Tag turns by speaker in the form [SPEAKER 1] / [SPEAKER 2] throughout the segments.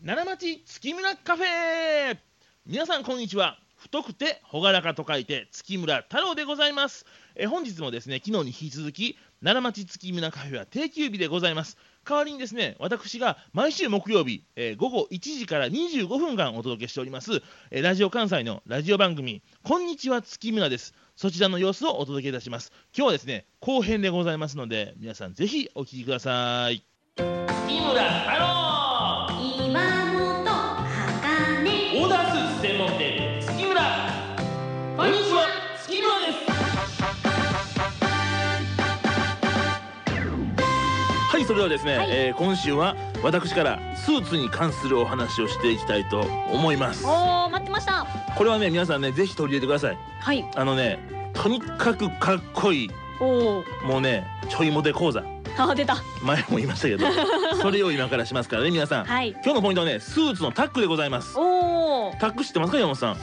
[SPEAKER 1] 奈良町月村カフェ皆さんこんにちは太くて朗らかと書いて月村太郎でございますえー本日もですね昨日に引き続き奈良町月村カフェは定休日でございます代わりにですね私が毎週木曜日、えー午後1時から25分間お届けしております、えーラジオ関西のラジオ番組「こんにちは月村」ですそちらの様子をお届けいたします今日はですね後編でございますので皆さんぜひお聞きください月村太郎
[SPEAKER 2] 岩本茜
[SPEAKER 1] オーダースーツ専門店月村こんにちは月村ですはいそれではですね、
[SPEAKER 2] はい
[SPEAKER 1] えー今週は私からスーツに関するお話をしていきたいと思います
[SPEAKER 2] おー待ってました
[SPEAKER 1] これはね皆さんねぜひ取り入れてください
[SPEAKER 2] はい
[SPEAKER 1] あのねとにかくかっこいい
[SPEAKER 2] おー
[SPEAKER 1] もうねちょいモテ講座
[SPEAKER 2] あ出た
[SPEAKER 1] 前も言いま したけどそれを今からしますからね皆さん、
[SPEAKER 2] はい
[SPEAKER 1] 今日のポイントはねスーツのタックでございます
[SPEAKER 2] おー
[SPEAKER 1] タック知ってますか山本さん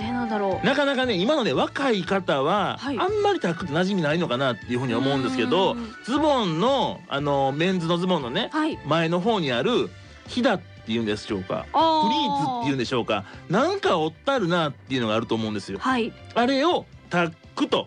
[SPEAKER 2] えー、なんだろう
[SPEAKER 1] なかなかね今のね若い方は、
[SPEAKER 2] はい
[SPEAKER 1] あんまりタックって馴染みないのかなっていうふうに思うんですけど
[SPEAKER 2] うん
[SPEAKER 1] ズボンのあのメンズのズボンのね
[SPEAKER 2] はい
[SPEAKER 1] 前の方にあるひだっていうんでしょうかプリーツっていうんで
[SPEAKER 2] で
[SPEAKER 1] しょうかなんかおったるなっていうのがあると思うんですよ
[SPEAKER 2] はい
[SPEAKER 1] あれをタックと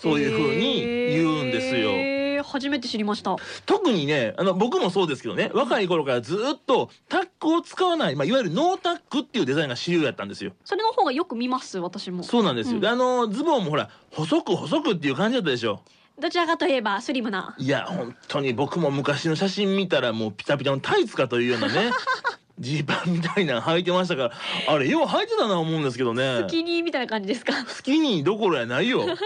[SPEAKER 1] そういうふうに言うんですよ、
[SPEAKER 2] えー、初めて知りました
[SPEAKER 1] 特にねあの僕もそうですけどね若い頃からずっとタックを使わない、まあ、いわゆるノータックっていうデザインが主流やったんですよ
[SPEAKER 2] それの方がよく見ます私も
[SPEAKER 1] そうなんですよ、
[SPEAKER 2] うん
[SPEAKER 1] であのズボンもほら細く細くっていう感じだったでしょ
[SPEAKER 2] どちらかといえばスリムない
[SPEAKER 1] や本当に僕も昔の写真見たらもうピタピタのタイツかというような ねジーパンみたいなの履いてましたからあれよう履いてたな思うんですけどね
[SPEAKER 2] スキニーみたいな感じですか
[SPEAKER 1] スキニーどころやない よい
[SPEAKER 2] パッ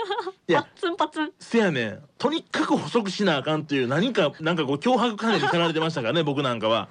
[SPEAKER 1] や
[SPEAKER 2] ツンパツン
[SPEAKER 1] せやねんとにかく細くしなあかんという何かなんかこう脅迫観念に駆られてました からね僕なんかは。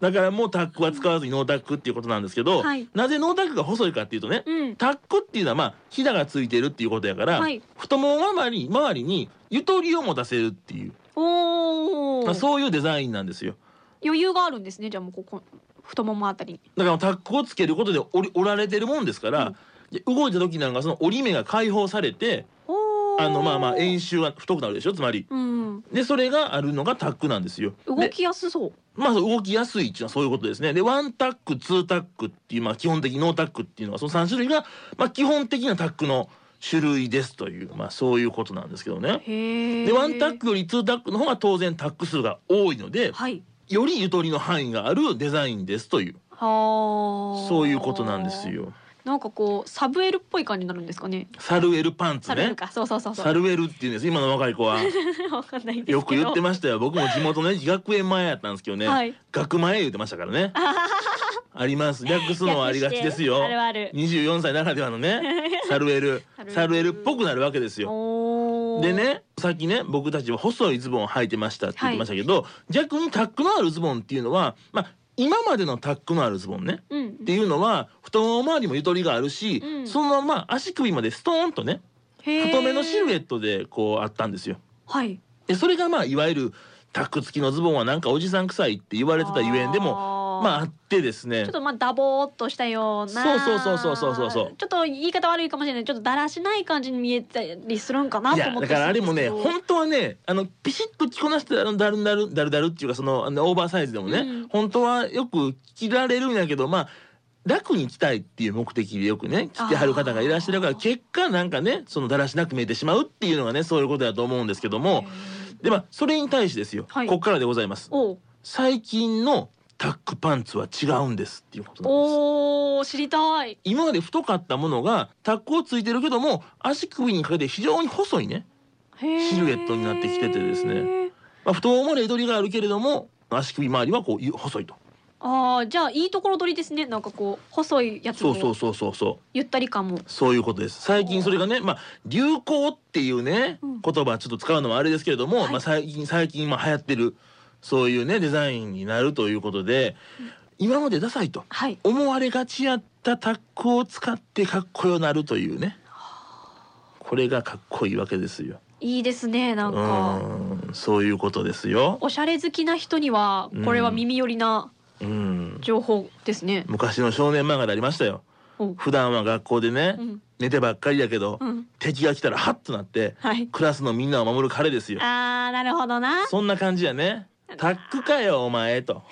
[SPEAKER 1] だからもうタックは使わずにノータックっていうことなんですけど、
[SPEAKER 2] はい
[SPEAKER 1] なぜノータックが細いかっていうとね、
[SPEAKER 2] うん
[SPEAKER 1] タックっていうのはまあひだがついてるっていうことやから、
[SPEAKER 2] はい
[SPEAKER 1] 太もも周り周りにゆとりを持たせるっていう、
[SPEAKER 2] お
[SPEAKER 1] まあ、
[SPEAKER 2] ー
[SPEAKER 1] そういうデザインなんですよ。
[SPEAKER 2] 余裕があるんですねじゃあもうここ太ももあたりに
[SPEAKER 1] だからタックをつけることで折り折られてるもんですから、で動いた時なんかその折り目が解放されて
[SPEAKER 2] おー
[SPEAKER 1] あのまあまあ円周が太くなるでしょつまり。
[SPEAKER 2] うん
[SPEAKER 1] でそれがあるのがタックなんですよ。
[SPEAKER 2] 動
[SPEAKER 1] で
[SPEAKER 2] きやすそう
[SPEAKER 1] まあ動きやすいっていうのはそういうことですね。でワンタックツータックっていうまあ基本的ノータックっていうのはその3種類がまあ基本的なタックの種類ですというまあそういうことなんですけどね。
[SPEAKER 2] へえ
[SPEAKER 1] でワンタックよりツータックの方が当然タック数が多いので
[SPEAKER 2] はい
[SPEAKER 1] よりゆとりの範囲があるデザインですという
[SPEAKER 2] はあ。
[SPEAKER 1] そういうことなんです。よ。
[SPEAKER 2] なんかこうサブエルっぽい感じになるんですかね。
[SPEAKER 1] サルエルパンツ
[SPEAKER 2] サルエル
[SPEAKER 1] ね。
[SPEAKER 2] か、そうそうそうそう。
[SPEAKER 1] サルエルっていうんです今の若い子は
[SPEAKER 2] わかんないんですけど。
[SPEAKER 1] よく言って
[SPEAKER 2] ま
[SPEAKER 1] ましたよ僕も地元のね学園前やったんですけどね、
[SPEAKER 2] はい
[SPEAKER 1] 学前言ってましたから ねあります略すのはありがちですよ
[SPEAKER 2] あるある。
[SPEAKER 1] 24歳ならではの ねサルエル
[SPEAKER 2] サルエル
[SPEAKER 1] サルエルっぽくなるわけですよ。
[SPEAKER 2] おお。
[SPEAKER 1] で。ねさっきね僕たちは細いズボンを履いてましたって言ってましたけど、逆にタックのあるズボンっていうのは、まあ、今までのタックのあるズボンね
[SPEAKER 2] う
[SPEAKER 1] っ
[SPEAKER 2] ん。
[SPEAKER 1] ていうのは太もも周りもゆとりがあるし、
[SPEAKER 2] うん
[SPEAKER 1] そのまま足首までストーンとね
[SPEAKER 2] へー
[SPEAKER 1] 太めのシルエットでこうあったんですよ。
[SPEAKER 2] はい。
[SPEAKER 1] でそれがまあいわゆるタック付きのズボンはなんかおじさん臭いって言われてたゆえんでも
[SPEAKER 2] も
[SPEAKER 1] まあ
[SPEAKER 2] あ
[SPEAKER 1] あってですね
[SPEAKER 2] ー。ちょっとまあダボーっとしたような。
[SPEAKER 1] そうそうそうそうそうそう
[SPEAKER 2] ちょっと言い方悪いかもしれない。ちょっとだらしない感じに見えたりするんかないと
[SPEAKER 1] や
[SPEAKER 2] 思っ
[SPEAKER 1] だ
[SPEAKER 2] て。
[SPEAKER 1] からあれもね本当はねあのピシッと着こなしてあのだるだるだるだるっていうかそのあのオーバーサイズでもね、
[SPEAKER 2] うん
[SPEAKER 1] 本当はよく着られるんやけどまあ楽に着たいっていう目的でよくね着てはる方がいらっしゃるから
[SPEAKER 2] あー
[SPEAKER 1] 結果なんかねそのだらしなく見えてしまうっていうのがねそういうことだと思うんですけどもでまあそれに対してですよ、
[SPEAKER 2] はい
[SPEAKER 1] こっからでございます
[SPEAKER 2] おう
[SPEAKER 1] 最近のタックパンツは違うんですっていうことなんです。
[SPEAKER 2] おー知りたい。
[SPEAKER 1] 今まで太かったものがタックをついてるけども足首にかけて非常に細いね
[SPEAKER 2] シ
[SPEAKER 1] シルエットになってきててですね。まあ、太ももでゆとりがあるけれども足首周りはこうゆ細いと
[SPEAKER 2] ああじゃあいいところ取りですねなんかこう細いやつ
[SPEAKER 1] そうそう
[SPEAKER 2] も
[SPEAKER 1] そうそうそう
[SPEAKER 2] ゆったり感も
[SPEAKER 1] そういうことです最近それがね、まあ、流行っていうね
[SPEAKER 2] うん
[SPEAKER 1] 言葉ちょっと使うのはあれですけれども、
[SPEAKER 2] はい
[SPEAKER 1] まあ、最近最近まあ流行ってるそういうねデザインになるということで、今までダサいと
[SPEAKER 2] はい
[SPEAKER 1] 思われがちやったタックを使ってかっこよなるというねこれがかっこいいわけですよ。
[SPEAKER 2] いいですねなん
[SPEAKER 1] う
[SPEAKER 2] か
[SPEAKER 1] んそういうことですよ。
[SPEAKER 2] おしゃれ好きな人にはこれは耳寄りな
[SPEAKER 1] うん
[SPEAKER 2] 情報ですね、
[SPEAKER 1] 昔の少年漫画でありましたよ
[SPEAKER 2] うん
[SPEAKER 1] 普段は学校でね、
[SPEAKER 2] うん
[SPEAKER 1] 寝てばっかりだけど、
[SPEAKER 2] うん
[SPEAKER 1] 敵が来たらハッとなって
[SPEAKER 2] はい
[SPEAKER 1] クラスのみんなを守る彼ですよ
[SPEAKER 2] あーなるほどな
[SPEAKER 1] そんな感じやねタックかよお前と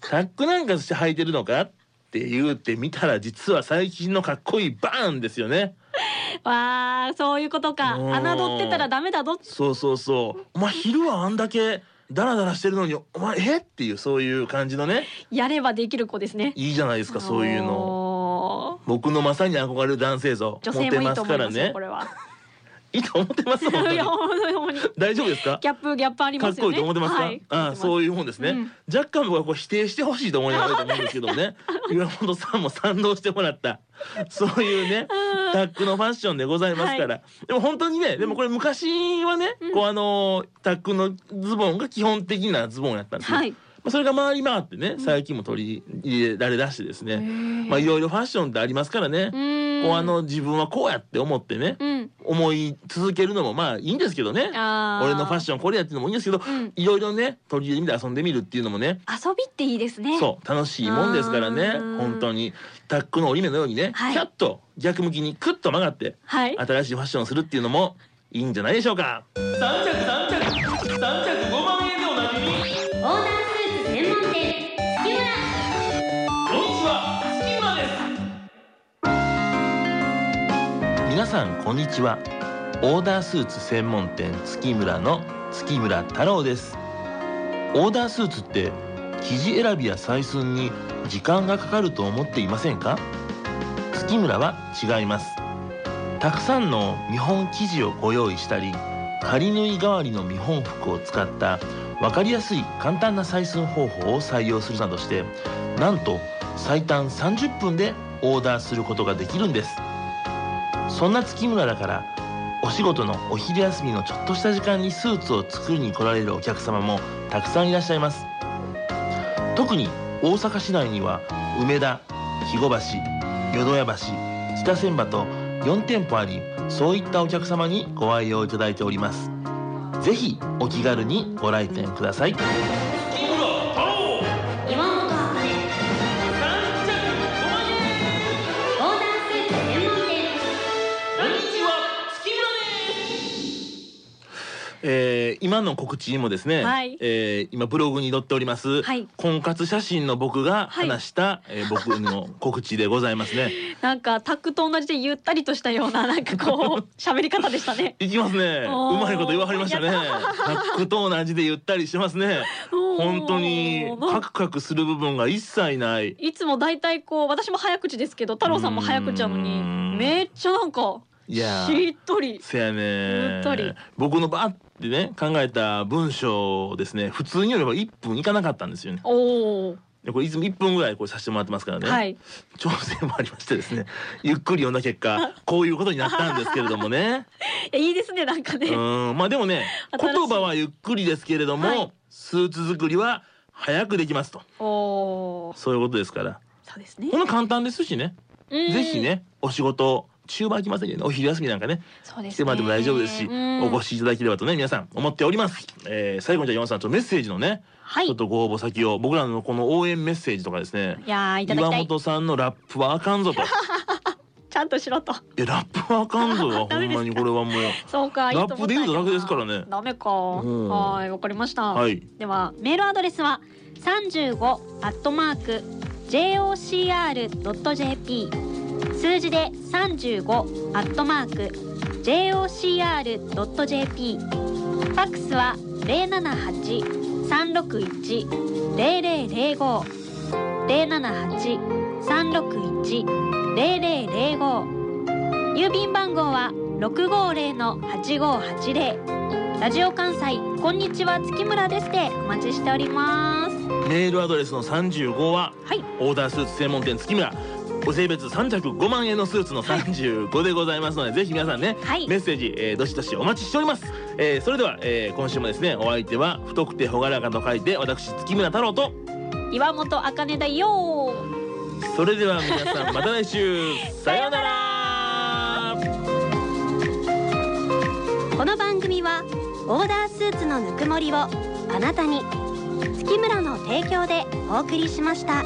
[SPEAKER 1] タックなんかして履いてるのかって言うてみたら実は最近のかっこいいバーンですよね
[SPEAKER 2] わあ、そういうことか。
[SPEAKER 1] うん
[SPEAKER 2] 侮ってたらダメだぞ。
[SPEAKER 1] そうそうそうお前昼はあんだけダラダラしてるのにお前えっていうそういう感じのね
[SPEAKER 2] やればできる子ですね。
[SPEAKER 1] いいじゃないですかそういうの
[SPEAKER 2] の。
[SPEAKER 1] 僕のまさに憧れる男性像
[SPEAKER 2] 女
[SPEAKER 1] 持
[SPEAKER 2] 性
[SPEAKER 1] て
[SPEAKER 2] もい
[SPEAKER 1] ま
[SPEAKER 2] いと
[SPEAKER 1] す
[SPEAKER 2] 思
[SPEAKER 1] か
[SPEAKER 2] い
[SPEAKER 1] ら
[SPEAKER 2] ますよ。
[SPEAKER 1] ね
[SPEAKER 2] これは。
[SPEAKER 1] いいと思ってます本当
[SPEAKER 2] い
[SPEAKER 1] に
[SPEAKER 2] や本当に本当に
[SPEAKER 1] 大丈夫ですか
[SPEAKER 2] ギャップギャップあり
[SPEAKER 1] か
[SPEAKER 2] ま
[SPEAKER 1] っ
[SPEAKER 2] す
[SPEAKER 1] こいい
[SPEAKER 2] よね。
[SPEAKER 1] と思ってますか、ああそう
[SPEAKER 2] いう。
[SPEAKER 1] いう本ですね、
[SPEAKER 2] うん
[SPEAKER 1] 若干僕はこう否定してほしいと思いながらだと思うんですけども ね岩本さんも賛同してもらったそういうねタックのファッションでございますから、でも本当にねでもこれ昔はね、
[SPEAKER 2] うん
[SPEAKER 1] こうあのータックのズボンが基本的なズボンやったんですよ、
[SPEAKER 2] はい。
[SPEAKER 1] まあ、それが回り回ってね最近も取り入れられだしてですね、まあい
[SPEAKER 2] よ。
[SPEAKER 1] ろいろファッションってありますからね、
[SPEAKER 2] うん。
[SPEAKER 1] こうあの自分はこうやって思ってね、
[SPEAKER 2] うん。
[SPEAKER 1] 思い続けるのもまあいいんですけどね
[SPEAKER 2] ああ。
[SPEAKER 1] 俺のファッションこれやっていうのもいいんですけど、
[SPEAKER 2] うん
[SPEAKER 1] いろいろね取り入れてみて遊んでみるっていうのもね
[SPEAKER 2] 遊びっていいですね。
[SPEAKER 1] そう楽しいもんですからね
[SPEAKER 2] うん
[SPEAKER 1] 本当にタックの折り目のようにね、
[SPEAKER 2] はい
[SPEAKER 1] キャッと逆向きにクッと曲がって
[SPEAKER 2] はい。
[SPEAKER 1] 新しいファッションをするっていうのもいいんじゃないでしょうか三着三着三着5万円でおなじみ
[SPEAKER 3] オーダースーツ専門店月村
[SPEAKER 1] こんにちは月村です皆さんこんにちはオーダースーツ専門店月村の月村太郎ですオーダースーツって生地選びや採寸に時間がかかると思っていませんか月村は違いますたくさんの見本生地をご用意したり仮縫い代わりの見本服を使った分かりやすい簡単な採寸方法を採用するなどしてなんと最短30分でオーダーすることができるんですそんな月村だからお仕事のお昼休みのちょっとした時間にスーツを作りに来られるお客様もたくさんいらっしゃいます特に大阪市内には梅田肥後橋淀屋橋北千葉と4店舗ありそういったお客様にご愛用いただいておりますぜひお気軽にご来店ください
[SPEAKER 3] 岩本茜オーダースーツ専門店
[SPEAKER 1] えー今の告知にもですね、
[SPEAKER 2] はい
[SPEAKER 1] えー今ブログに載っております、
[SPEAKER 2] はい
[SPEAKER 1] 婚活写真の僕が
[SPEAKER 2] はい
[SPEAKER 1] 話した、えー僕の告知でございます ね。
[SPEAKER 2] なんかタックと同じでゆったりとしたようななんか こう喋り方でしたね。
[SPEAKER 1] いきますね。う
[SPEAKER 2] おー
[SPEAKER 1] まいこと言わはりましたね。
[SPEAKER 2] や
[SPEAKER 1] タ
[SPEAKER 2] っ
[SPEAKER 1] ックと同じでゆったりしてますね。 本当に
[SPEAKER 2] おー
[SPEAKER 1] カクカクする部分が一切ない。
[SPEAKER 2] いつもだいたいこう私も早口ですけど太郎さんも早口なの
[SPEAKER 1] うーん
[SPEAKER 2] にめっちゃなんか
[SPEAKER 1] いやー
[SPEAKER 2] しっとり。
[SPEAKER 1] せや
[SPEAKER 2] ゆった
[SPEAKER 1] ね
[SPEAKER 2] り。
[SPEAKER 1] 僕のバーってね考えた文章をですね普通によれば1分いかなかったんですよね。
[SPEAKER 2] おお、
[SPEAKER 1] でこれいつも1分ぐらいこうさせてもらってますからね。
[SPEAKER 2] はい。
[SPEAKER 1] 調整もありましてですねゆっくり読んだ結果こういうことになったんですけれども ね
[SPEAKER 2] いやいいですねなんか
[SPEAKER 1] う
[SPEAKER 2] ね。
[SPEAKER 1] ーんまあでもね
[SPEAKER 2] 新し
[SPEAKER 1] 言
[SPEAKER 2] い
[SPEAKER 1] 葉はゆっくりですけれども、
[SPEAKER 2] はい
[SPEAKER 1] スーツ作りは早くできますと
[SPEAKER 2] おおー、
[SPEAKER 1] そういうことですから
[SPEAKER 2] そうですね
[SPEAKER 1] こ。んな簡単ですしね、
[SPEAKER 2] うん
[SPEAKER 1] ぜひ。ねお仕事中盤行きませんけどねお昼休みなんかね
[SPEAKER 2] そうですね。
[SPEAKER 1] 来てもらっても大丈夫ですし、
[SPEAKER 2] うん
[SPEAKER 1] お越しいただければとね皆さん思っております、えー最後にじゃあ山さんちょっとメッセージのね、
[SPEAKER 2] は
[SPEAKER 1] ちょっ
[SPEAKER 2] い。
[SPEAKER 1] とご応募先を僕らのこの応援メッセージとかですね
[SPEAKER 2] いやーいただき
[SPEAKER 1] 岩
[SPEAKER 2] たい。
[SPEAKER 1] 本さんのラップはあかん ぞと。
[SPEAKER 2] ちゃんとしろと。
[SPEAKER 1] いやラップはあかんぞほ
[SPEAKER 2] ダメ
[SPEAKER 1] ん
[SPEAKER 2] です
[SPEAKER 1] ま
[SPEAKER 2] か
[SPEAKER 1] にこれはもう
[SPEAKER 2] そうか。いいと思ったんや
[SPEAKER 1] ラップで言
[SPEAKER 2] けどな
[SPEAKER 1] うと楽ですからね
[SPEAKER 2] ダメか。
[SPEAKER 1] ん
[SPEAKER 2] はーいわかりました。
[SPEAKER 1] はい
[SPEAKER 2] ではメールアドレスは三十五アットマーク j o c r ドット j p 数字で三十五アットマーク j o c r ドット j p ファックスは零七八三六一零零零五零七八三六一零零零五郵便番号は六五零の八五八零ラジオ関西こんにちは月村ですでお待ちしております
[SPEAKER 1] メールアドレスの35は
[SPEAKER 2] はい
[SPEAKER 1] オーダースーツ専門店月村ご性別3着5万円のスーツの35でございますので、ぜひ皆さんね、
[SPEAKER 2] はい
[SPEAKER 1] メッセージ、えーどしどしお待ちしております、えーそれでは、えー今週もですねお相手は太くて朗らかと書いて私月村太郎と
[SPEAKER 2] 岩本茜だよ
[SPEAKER 1] それでは皆さんまた来週 さようなら
[SPEAKER 3] この番組はオーダースーツのぬくもりをあなたに月村の提供でお送りしました。